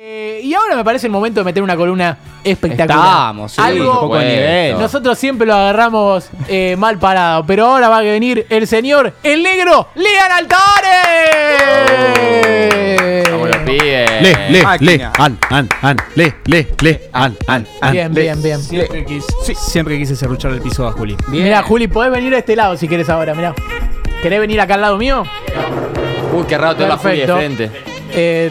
Eh, y ahora me parece el momento de meter una columna espectacular. Estamos, sí, Algo- por supuesto. Eh, Nosotros siempre lo agarramos eh, mal parado, pero ahora va a venir el señor, el negro, Lean Altares. Vamos los pibes. Le, le, le, Máquina. an, an, an, le, le, le, an, an, an. Bien, le. bien, bien. Siempre quise, siempre quise serruchar el piso a Juli. Mirá, Juli, podés venir a este lado si querés ahora, mirá. ¿Querés venir acá al lado mío? Uy, qué raro te la Juli de Perfecto. frente. Eh,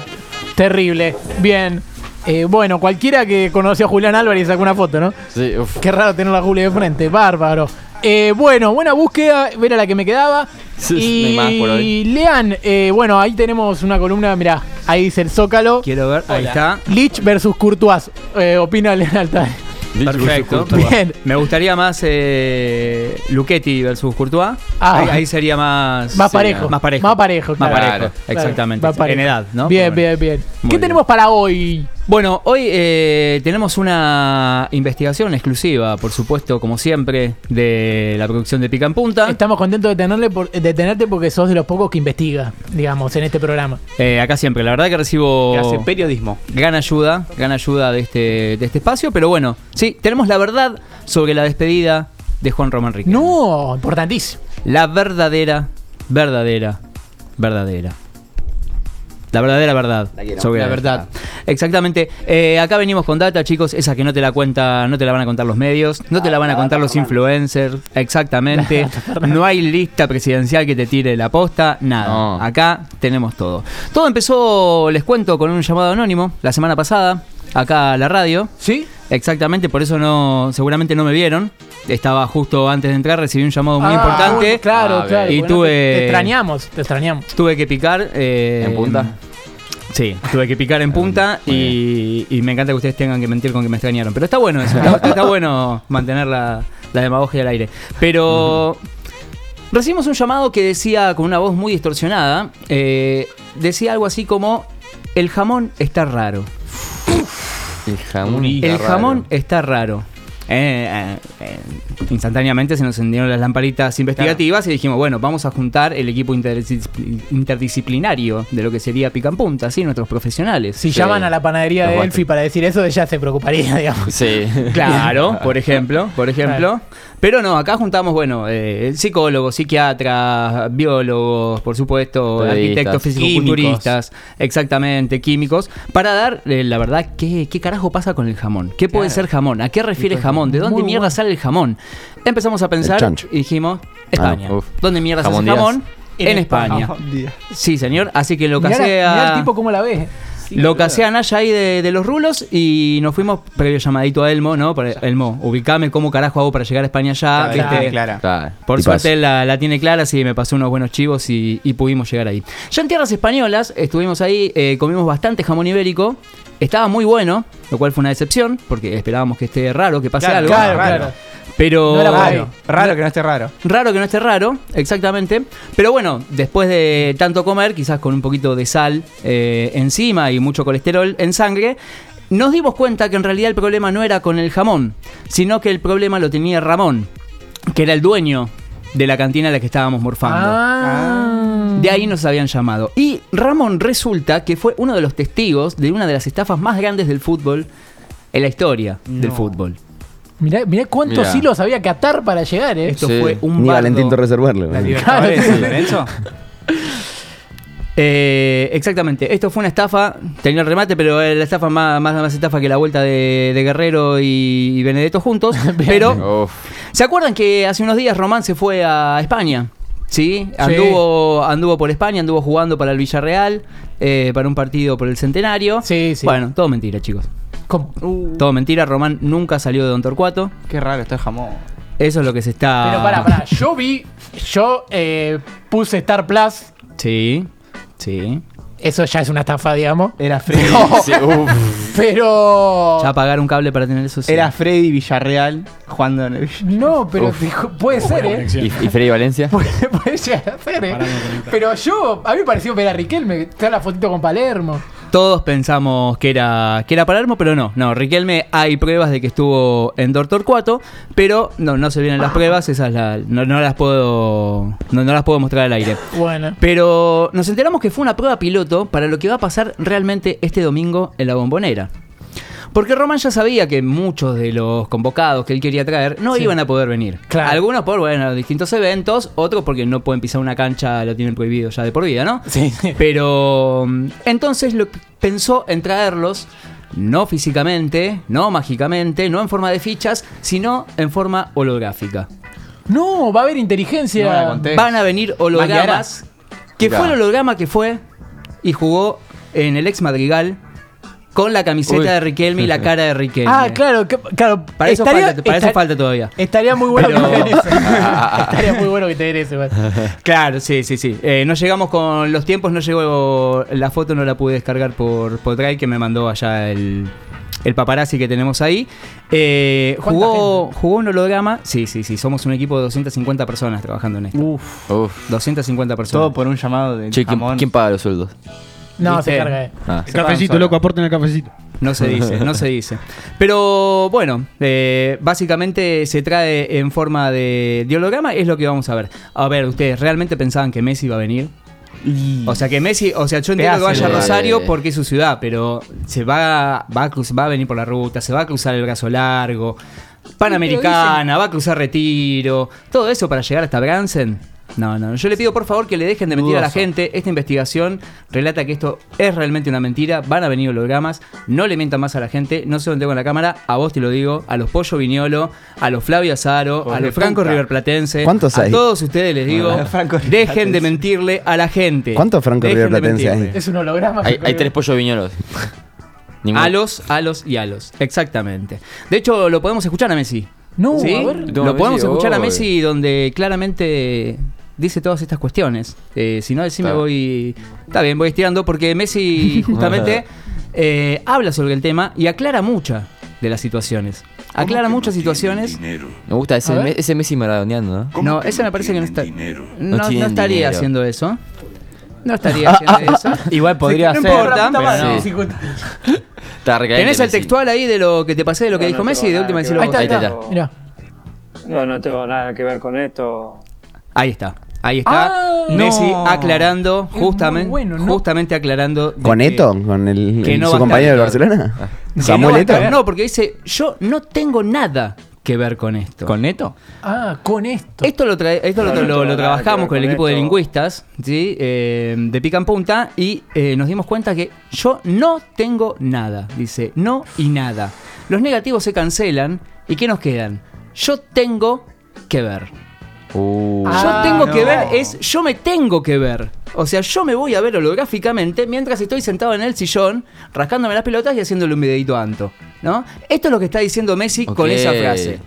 terrible. Bien. Eh, bueno, cualquiera que conoció a Julián Álvarez sacó una foto, ¿no? Sí, uf. Qué raro tener a Juli de frente, bárbaro. Eh, bueno, buena búsqueda, era la que me quedaba. Sí, y no hay más por hoy. lean, eh, bueno, ahí tenemos una columna, mirá, ahí dice el Zócalo. Quiero ver, ahí está. Lich versus Courtois, eh, opina Lean Altares. Perfecto. Courtois. Bien. Me gustaría más eh, Luchetti versus Courtois. Ah. ahí, ahí sería más Más sí, parejo. Más parejo. Más parejo, Más claro. parejo, Claro, exactamente. más parejo. En edad, ¿no? Bien, Bueno. bien, bien. ¿Qué Muy bien. tenemos para hoy? Bueno, hoy eh, tenemos una investigación exclusiva, por supuesto, como siempre, de la producción de Pica en Punta. Estamos contentos de, tenerle por- de tenerte porque sos de los pocos que investiga, digamos, en este programa. Eh, acá siempre, la verdad que recibo Que Oh. hace periodismo. gran ayuda, gran ayuda de este, de este espacio, pero bueno, sí, tenemos la verdad sobre la despedida de Juan Román Riquelme. No, importantísimo. La verdadera, verdadera, verdadera. La verdadera verdad. quiero. sobre La verdad. Exactamente. Eh, acá venimos con data, chicos. Esa que no te la cuenta, no te la van a contar los medios, no te la van a contar los influencers. Exactamente. No hay lista presidencial que te tire la posta, nada. No. Acá tenemos todo. Todo empezó, les cuento, con un llamado anónimo la semana pasada, acá a la radio. ¿Sí? Exactamente, por eso no, seguramente no me vieron. Estaba justo antes de entrar, recibí un llamado muy Ah, importante. bueno, claro, Ah, claro. bien. Y bueno, tuve- te, te extrañamos, te extrañamos. Tuve que picar. eh, ¿En punta? Ah, Sí, tuve que picar en punta Muy y, y me encanta que ustedes tengan que mentir con que me extrañaron. Pero está bueno eso, está, está bueno mantener la, la demagogia al aire. Pero recibimos un llamado que decía con una voz muy distorsionada, eh, decía algo así como, el jamón está raro. El jamón. El jamón está raro. Eh, eh, eh, instantáneamente se nos encendieron las lamparitas investigativas y dijimos, bueno, vamos a juntar el equipo interdiscipli- interdisciplinario de lo que sería Picanpunta, ¿sí? Nuestros profesionales. Si Sí. llaman a la panadería Nos de basta. Elfi para decir eso, ella se preocuparía, digamos. Sí. Claro, por ejemplo, por ejemplo. Pero no, acá juntamos, bueno, eh, psicólogos, psiquiatras, biólogos, por supuesto, Periodistas, arquitectos, fisicoculturistas, exactamente, químicos, para dar, eh, la verdad, ¿qué, qué carajo pasa con el jamón? ¿Qué puede ser jamón? ¿A qué refiere jamón? ¿De dónde Muy mierda bueno. sale el jamón? Empezamos a pensar chancho. y dijimos, España. Ah, uf. ¿Dónde mierda Jamón se hace jamón? Díaz. En, España. Sí, señor. Así que lo que Mirá la- sea... mirá el tipo cómo la ves. Lo casean allá ahí de, de los rulos y nos fuimos previo llamadito a Elmo, ¿no? Para- Elmo, ubicame cómo carajo hago para llegar a España ya. Claro, ¿viste? está clara. Claro. Por Y suerte pasa. la, la tiene clara, sí, me pasó unos buenos chivos y, y pudimos llegar ahí. Ya en tierras españolas estuvimos ahí, eh, comimos bastante jamón ibérico, estaba muy bueno, lo cual fue una decepción, porque esperábamos que esté raro, que pase Claro, algo. Claro, Raro. claro. Pero No era Raro, raro que no esté raro. Raro que no esté raro, exactamente. Pero bueno, después de tanto comer, quizás con un poquito de sal eh, encima y mucho colesterol en sangre, nos dimos cuenta que en realidad el problema no era con el jamón, sino que el problema lo tenía Ramón, que era el dueño de la cantina en la que estábamos morfando. Ah. De ahí nos habían llamado. Y Ramón resulta que fue uno de los testigos de una de las estafas más grandes del fútbol en la historia del fútbol. Mirá, mirá cuántos Mirá. hilos había que atar para llegar, ¿eh? Esto Sí. fue un Ni bardo. Valentín Torres Cerverlo. Libertadores, ¿sí, Lorenzo? Eh, exactamente, esto fue una estafa, tenía el remate, pero era la estafa más, más, más estafa que la vuelta de, de Guerrero y, y Benedetto juntos. pero, Uf. ¿se acuerdan que hace unos días Román se fue a España? Sí, anduvo, anduvo por España, anduvo jugando para el Villarreal, eh, para un partido por el Centenario. Sí, sí. Bueno, todo mentira, chicos. ¿Cómo? Todo mentira, Román nunca salió de Don Torcuato. Qué raro está el jamón. Eso es lo que se está... Pero pará, pará. Yo vi, yo eh, puse Star Plus. Sí, sí. Eso ya es una estafa, digamos. Era Freddy. Oh. Sí, uf. Pero. Ya pagar un cable para tener eso. sí. Era Freddy Villarreal jugando en el Villarreal. No, pero Uf. te ju- puede ser, ¿eh? ¿Y, y Freddy Valencia? Puede, puede llegar a ser, ¿eh? Pero yo, a mí me pareció ver a Riquelme, está la fotito con Palermo. Todos pensamos que era, que era Palermo, pero no. No, Riquelme hay pruebas de que estuvo en Doctor Cuato, pero no, no se vienen las pruebas, esas la- no, no las puedo. No, no las puedo mostrar al aire. Bueno. Pero nos enteramos que fue una prueba piloto para lo que va a pasar realmente este domingo en la bombonera. Porque Román ya sabía que muchos de los convocados que él quería traer no Sí. iban a poder venir. Claro. Algunos por, bueno, distintos eventos, otros porque no pueden pisar una cancha, lo tienen prohibido ya de por vida, ¿no? Sí. Pero mm, entonces lo que pensó en traerlos, no físicamente, no mágicamente, no en forma de fichas, sino en forma holográfica. No, va a haber inteligencia. No la conté. Sí. Van a venir hologramas. Que fue el holograma que fue y jugó en el ex Madrigal con la camiseta Uy. de Riquelme y la cara de Riquelme. ah, claro, que- claro. Para eso, estaría- falta, para eso esta- falta todavía. Estaría muy bueno Pero- que te den eso. estaría muy bueno que te den eso, igual. Claro, sí, sí, sí. Eh, no llegamos con los tiempos, no llegó la foto, no la pude descargar por, por Drive que me mandó allá el, el paparazzi que tenemos ahí. Eh, ¿Cuánta jugó, jugó un holograma. Sí, sí, sí. Somos un equipo de 250 personas trabajando en esto. Uf. 250 personas. Todo por un llamado de Che, ¿quién, jamón. quién paga los sueldos? No, ¿Viste? se carga, eh. Ah. Se pagan solos. aporten el cafecito. No se dice, no se dice. Pero bueno, eh, básicamente se trae en forma de, de holograma, es lo que vamos a ver. A ver, ¿ustedes realmente pensaban que Messi iba a venir? O sea, que Messi, o sea, yo entiendo que hace vaya a el- Rosario Dale. porque es su ciudad, pero se va, va, a cruz- va a venir por la ruta, se va a cruzar el brazo largo, Panamericana, va a cruzar Retiro, todo eso para llegar hasta Bransen. No, no, yo le pido por favor que le dejen de mentir a la Dudoso. gente. Esta investigación relata que esto es realmente una mentira, van a venir hologramas, no le mientan más a la gente, no sé dónde tengo la cámara, a vos te lo digo, a los Pollo Viñolo, a los Flavio Azaro, Hijo a de los Franco puta. Riverplatense, ¿Cuántos a hay? todos ustedes les digo, Ah, Franco dejen de Riverplatense. mentirle a la gente. ¿Cuántos Franco Dejen de Riverplatense hay? mentirle. Es un holograma. Hay, pero- hay tres pollos viñolos. Ninguno- Alos, alos y alos. Exactamente. De hecho, lo podemos escuchar a Messi. No, ¿Sí? Uh, a ver. No, Lo podemos Messi, escuchar a obvio. Messi donde claramente dice todas estas cuestiones. Eh, si no, decime Está. voy... Está bien, voy estirando porque Messi justamente eh, habla sobre el tema y aclara muchas de las situaciones. Aclara muchas situaciones. Me gusta ese, A ver. me- ese Messi maradoneando, ¿no? No, ese me parece que no está... No, No no tienen estaría dinero. haciendo eso. No estaría haciendo eso. Igual podría No ser. importa. pero madre. no. Sí. Está recaliente ¿Tenés el Messi. textual ahí de lo que te pasé, de lo que No, dijo no Messi? tengo De última nada que decirlo Ahí ver. está, vos. ahí está. Ahí está. Mirá. No, no tengo nada que ver con esto. Ahí está, ahí está. Ah, Messi no. aclarando, Es justamente, muy bueno, ¿no? justamente aclarando. de ¿Con que- Eto? ¿Con el, que el- no va su a compañero del estar. Barcelona? Ah. que ¿Samuel no, va a Eto? estar- No, porque dice, yo no tengo nada que ver con esto. ¿Con Neto? Ah, con esto. Esto lo, trae- esto lo, No, no lo- tengo lo nada que trabajamos ver con el con equipo de esto. lingüistas, ¿sí? Eh, de pica en punta, y eh, nos dimos cuenta que yo no tengo nada, dice, no y nada. Los negativos se cancelan, ¿y qué nos quedan? Yo tengo que ver. Uh, Ah, yo tengo que no. ver es yo me tengo que ver. O sea, yo me voy a ver holográficamente mientras estoy sentado en el sillón, rascándome las pelotas y haciéndole un videito a Anto. ¿No? Esto es lo que está diciendo Messi con Ok. esa frase.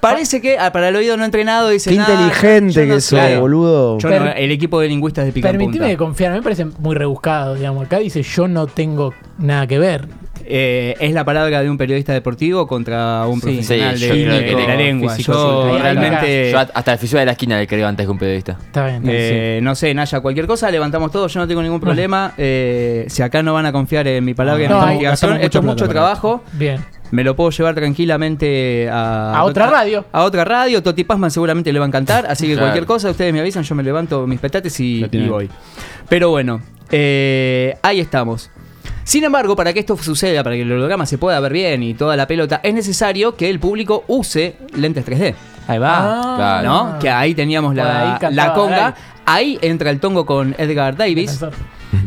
Parece que ah, para el oído no entrenado dice Qué "Nah, yo inteligente no que sé". sos, boludo. Yo Per- no, el equipo de lingüistas de Pica en Permitime de Punta. confiar, a mí me parece muy rebuscado, digamos. Acá dice yo no tengo nada que ver. Eh, es la palabra de un periodista deportivo contra un Sí. profesional Sí, de, yo creo de- que de la tengo lengua. físico, Yo sí. realmente yo hasta la fisura de la esquina le creo antes que un periodista. Está bien. está bien. Eh, no sé, Naya, cualquier cosa, levantamos todo, yo no tengo ningún problema. Eh, si acá no van a confiar en mi palabra y en No, mi ahí investigación, gastamos esto es mucha mucho plata para trabajo. Bien. Me lo puedo llevar tranquilamente a, A otra radio. A otra radio, Toti Pazman seguramente le va a encantar, así que Claro. cualquier cosa, ustedes me avisan, yo me levanto mis petates y, La tienen. y voy. Pero bueno, eh, ahí estamos. Sin embargo, para que esto suceda, para que el holograma se pueda ver bien y toda la pelota, es necesario que el público use lentes 3D. Ahí Ah, va. claro. ¿no? Que ahí teníamos Por ahí la, cantaba la conga. Garay. Ahí entra el tongo con Edgar Davis.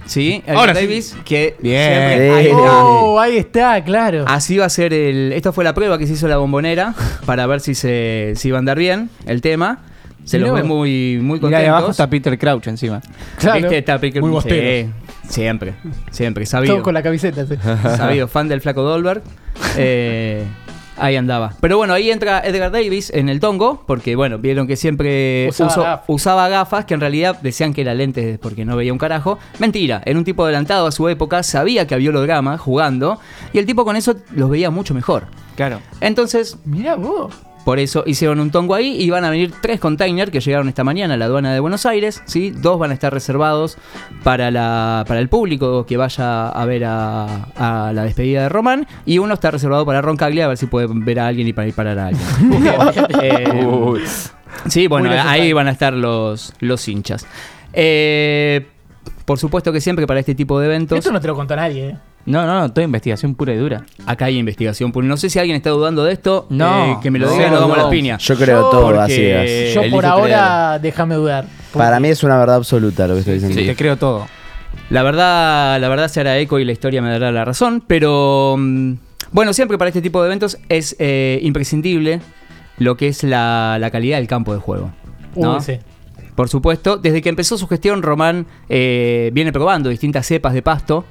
¿Sí? Edgar Ahora sí. Davis, que Bien. siempre- ahí Bien. está. Oh, ahí está, claro. Así va a ser el. Esta fue la prueba que se hizo la bombonera para ver si se si iba a andar bien el tema. Se los Mirá ve vos. muy, muy Mirá, ahí abajo contentos. está Peter Crouch encima. Claro. ¿Viste? Está Pickle- Muy Sí, bosteros. siempre, siempre, sabido. Todo con la camiseta. sí. sabido, fan del flaco Dolberg. Eh, ahí andaba. Pero bueno, ahí entra Edgar Davis en el tongo, porque bueno, vieron que siempre Usaba usó- gafas. usaba gafas, que en realidad decían que era lentes porque no veía un carajo. Mentira, era un tipo adelantado a su época, sabía que había holograma jugando, y el tipo con eso los veía mucho mejor. Claro. Entonces, Mirá vos. Por eso hicieron un tongo ahí y van a venir tres containers que llegaron esta mañana a la aduana de Buenos Aires. ¿sí? Dos van a estar reservados para, la, para el público que vaya a ver a, a la despedida de Román. Y uno está reservado para Roncaglia a ver si puede ver a alguien y para disparar a alguien. Eh, Uy. Sí, bueno, Muy necesario. ahí van a estar los, los hinchas. Eh, por supuesto que siempre para este tipo de eventos. Esto no te lo contó nadie, ¿eh? No, no, no, toda investigación pura y dura. Acá hay investigación. pública. No sé si alguien está dudando de esto. No. eh, que me lo No, digan, nos damos no. las piñas. Yo creo Yo, todo porque- a Eh, ciegas. Yo el por hijo ahora, déjame dudar. Para mí es una verdad absoluta lo que estoy diciendo. Sí. Te creo todo. La verdad, la verdad se hará eco y la historia me dará la razón, pero mm, bueno, siempre para este tipo de eventos es eh, imprescindible lo que es la, la calidad del campo de juego. Uy, ¿no? sí. Por supuesto, desde que empezó su gestión, Román eh, viene probando distintas cepas de pasto.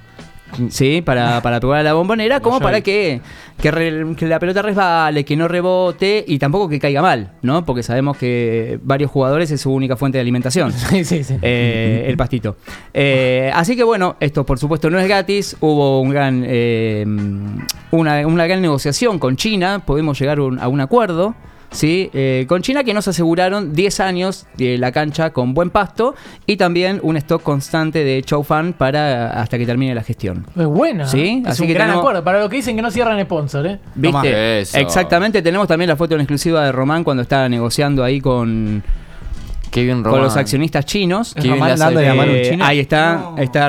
Sí, para, para probar a la bombonera, como para que, que, re- que la pelota resbale, que no rebote y tampoco que caiga mal, ¿no? Porque sabemos que varios jugadores es su única fuente de alimentación. Sí, sí, sí. Eh, el pastito. Eh, así que bueno, esto por supuesto no es gratis. Hubo un gran, eh, una, una gran negociación con China. Pudimos llegar un- a un acuerdo. ¿sí? Eh, con China que nos aseguraron 10 años de la cancha con buen pasto y también un stock constante de Chow Fan para hasta que termine la gestión. Es buena. Sí, es así un que gran tenemos- acuerdo. Para lo que dicen que no cierran sponsor, ¿eh? Tomá. ¿Viste? Eso. Exactamente, tenemos también la foto en exclusiva de Román cuando estaba negociando ahí con, Qué bien con Román. los accionistas chinos. Qué bien Román la hace. dándole la mano a un Eh, chino. ahí está, está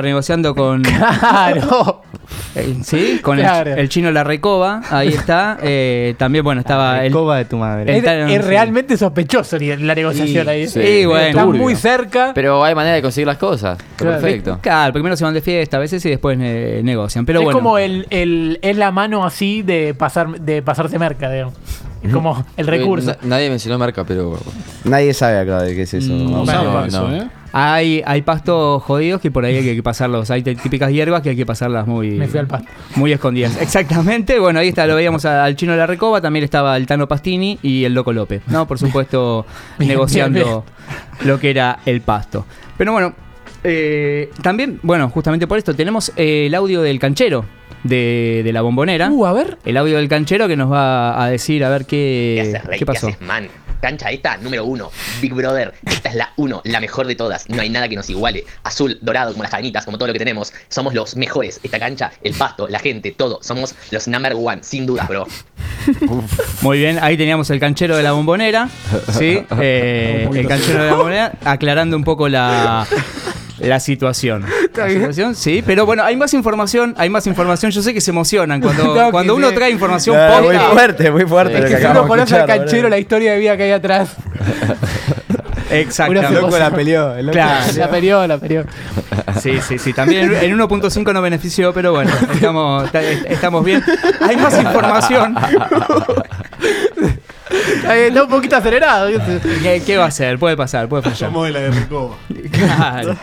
negociando con, Claro. Eh, Sí, con el- Claro. el, chino La Recoba, ahí está. Eh, también, bueno, estaba el... coba de tu madre. es, Entraron- es realmente sospechoso la la negociación ahí. sí. Y bueno, Está turbio. muy cerca. Pero hay manera de conseguir las cosas. Claro. Perfecto. claro, primero se van de fiesta a veces y después eh, negocian. Pero es bueno, como el, el, es la mano así de pasar de pasarse merca, digamos. Es como el recurso. Eh, na- nadie mencionó marca, pero. Nadie sabe acá de qué es eso. ¿eh? No Vamos. sabe. no, para no. hay, hay pastos jodidos que por ahí hay que pasarlos. Hay típicas hierbas que hay que pasarlas muy... Me fui al pasto. Muy escondidas. Exactamente. Bueno, ahí está, lo veíamos a- al chino de la Recoba, también estaba el Tano Pastini y el Loco López, ¿no? Por supuesto, Bien, negociando bien, lo que era el pasto. Pero bueno, eh, también, bueno, justamente por esto, tenemos eh, el audio del canchero de, de la bombonera. Uh, a ver. El audio del canchero que nos va a decir a ver ¿Qué qué, haces, Rey? Eh, qué pasó. ¿Qué haces, man? Cancha esta, número uno. Big Brother, esta es la uno, la mejor de todas. No hay nada que nos iguale. Azul, dorado, como las cadenitas, como todo lo que tenemos. Somos los mejores. Esta cancha, el pasto, la gente, todo. Somos los number one, sin duda, bro. Muy bien, ahí teníamos el canchero de la bombonera. Sí, Eh, el canchero de la bombonera aclarando un poco la, la situación. La situación, sí, pero bueno, hay más información, hay más información. Yo sé que se emocionan cuando, No, que cuando uno sí. trae información Ah, muy posta. fuerte, muy fuerte. Es lo que que Que si acabamos uno de conoce al escuchar, canchero, boludo. la historia de vida que hay atrás. Exactamente. Una loco la peleó. El Claro. La periodo, la periodo. Sí, sí, sí. También en en 1.5 no benefició, pero bueno, estamos, ta- est- estamos bien. Hay más información. Eh, Está un poquito acelerado. ¿viste? ¿Qué, qué va a ser? Puede pasar, puede fallar. Somos de la de Recoba. Claro.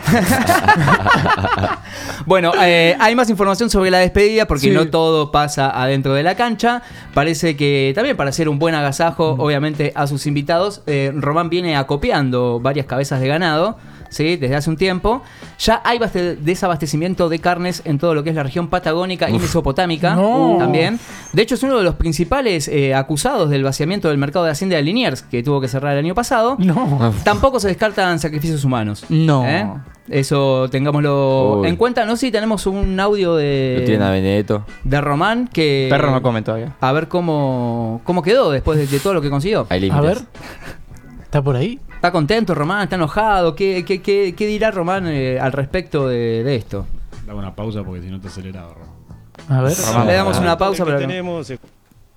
bueno, eh, hay más información sobre la despedida porque Sí. no todo pasa adentro de la cancha. Parece que también para hacer un buen Mm. agasajo, obviamente, a sus invitados, eh, Román viene acopiando varias cabezas de ganado. ¿Sí? Desde hace un tiempo. Ya hay baste- desabastecimiento de carnes en todo lo que es la región patagónica y mesopotámica. No. También. De hecho, es uno de los principales eh, acusados del vaciamiento del mercado de Hacienda de Liniers, que tuvo que cerrar el año pasado. No. Tampoco se descartan sacrificios humanos. No. ¿Eh? Eso tengámoslo Uy. en cuenta. No sé si tenemos un audio Eh, Lo tienen a de, Benedetto. de Román que. perro no come todavía. A ver cómo, cómo quedó después de, de todo lo que consiguió. Hay A límites. ver. ¿Está por ahí? ¿Está contento Román? ¿Está enojado? ¿Qué, qué, qué- qué dirá Román eh, al respecto de, de esto? Dame una pausa porque si no te aceleraba, Ro. A ver. Román. Le damos Román. una pausa. con el Pero que tenemos. eh,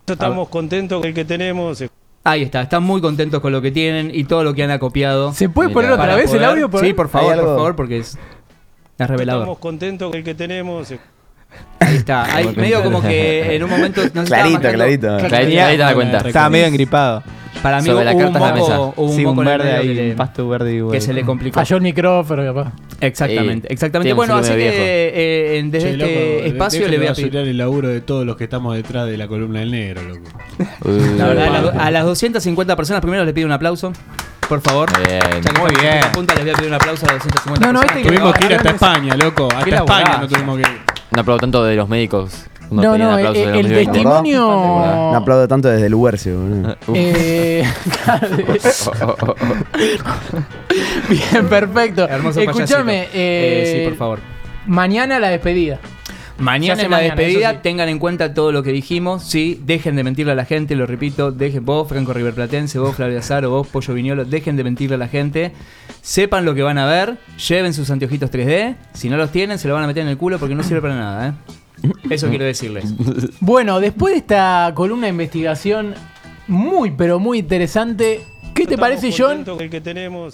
Estamos contentos con el que tenemos. eh. Ahí está. Están muy contentos con lo que tienen y todo lo que han acopiado. ¿Se puede Mirá. poner otra para vez el poder- audio? Sí, por favor, Hay por algo. favor, porque es, es revelador. Estamos contentos con el que tenemos. eh. Ahí está. Ahí, medio como que en un momento. nos estaba Clarito, marcando- clarito. Clarita, clarita la cuenta. Estaba medio engripado. Para mí Sobre la hubo un carta en la moco, hubo un Sí, moco un en el verde medio ahí, que le- un pasto verde y que se le complicó. Falló el micrófono, capaz. Exactamente, Ah, Sí, exactamente. tiene un Bueno, así síndrome que viejo. eh, en- desde Che, loco, este de- espacio dejen le de voy a pedir. basurear el laburo de todos los que estamos detrás de la columna del negro, loco. Uh, La verdad, a, las- a las 250 personas primero les pido un aplauso, por favor. Bien. Ya que Muy estamos bien. en punta, les voy a pedir un aplauso a las 250 No, no, personas. este- Tuvimos que ir hasta España, loco. Hasta laburazo. España no tuvimos que ir. No aplaudo tanto de los médicos. cuando No, pedían no, aplausos el, en el los 2020. testimonio. No aplaudo tanto desde el Ubercio, boludo. Uf. Eh, bien, perfecto. Hermoso Escúchame, payasito. eh, Eh, sí, por favor. Mañana la despedida. Mañana Se hace es la mañana, despedida, eso sí. tengan en cuenta todo lo que dijimos, sí, dejen de mentirle a la gente, lo repito, dejen vos, Franco Riverplatense, vos, Flavio Azaro, vos, Pollo Viñolo, dejen de mentirle a la gente, sepan lo que van a ver, lleven sus anteojitos 3D, si no los tienen se lo van a meter en el culo porque no sirve para nada, ¿eh? Eso quiero decirles. Bueno, después de esta columna de investigación muy, pero muy interesante, ¿qué te Estamos parece, John? contentos con El que tenemos.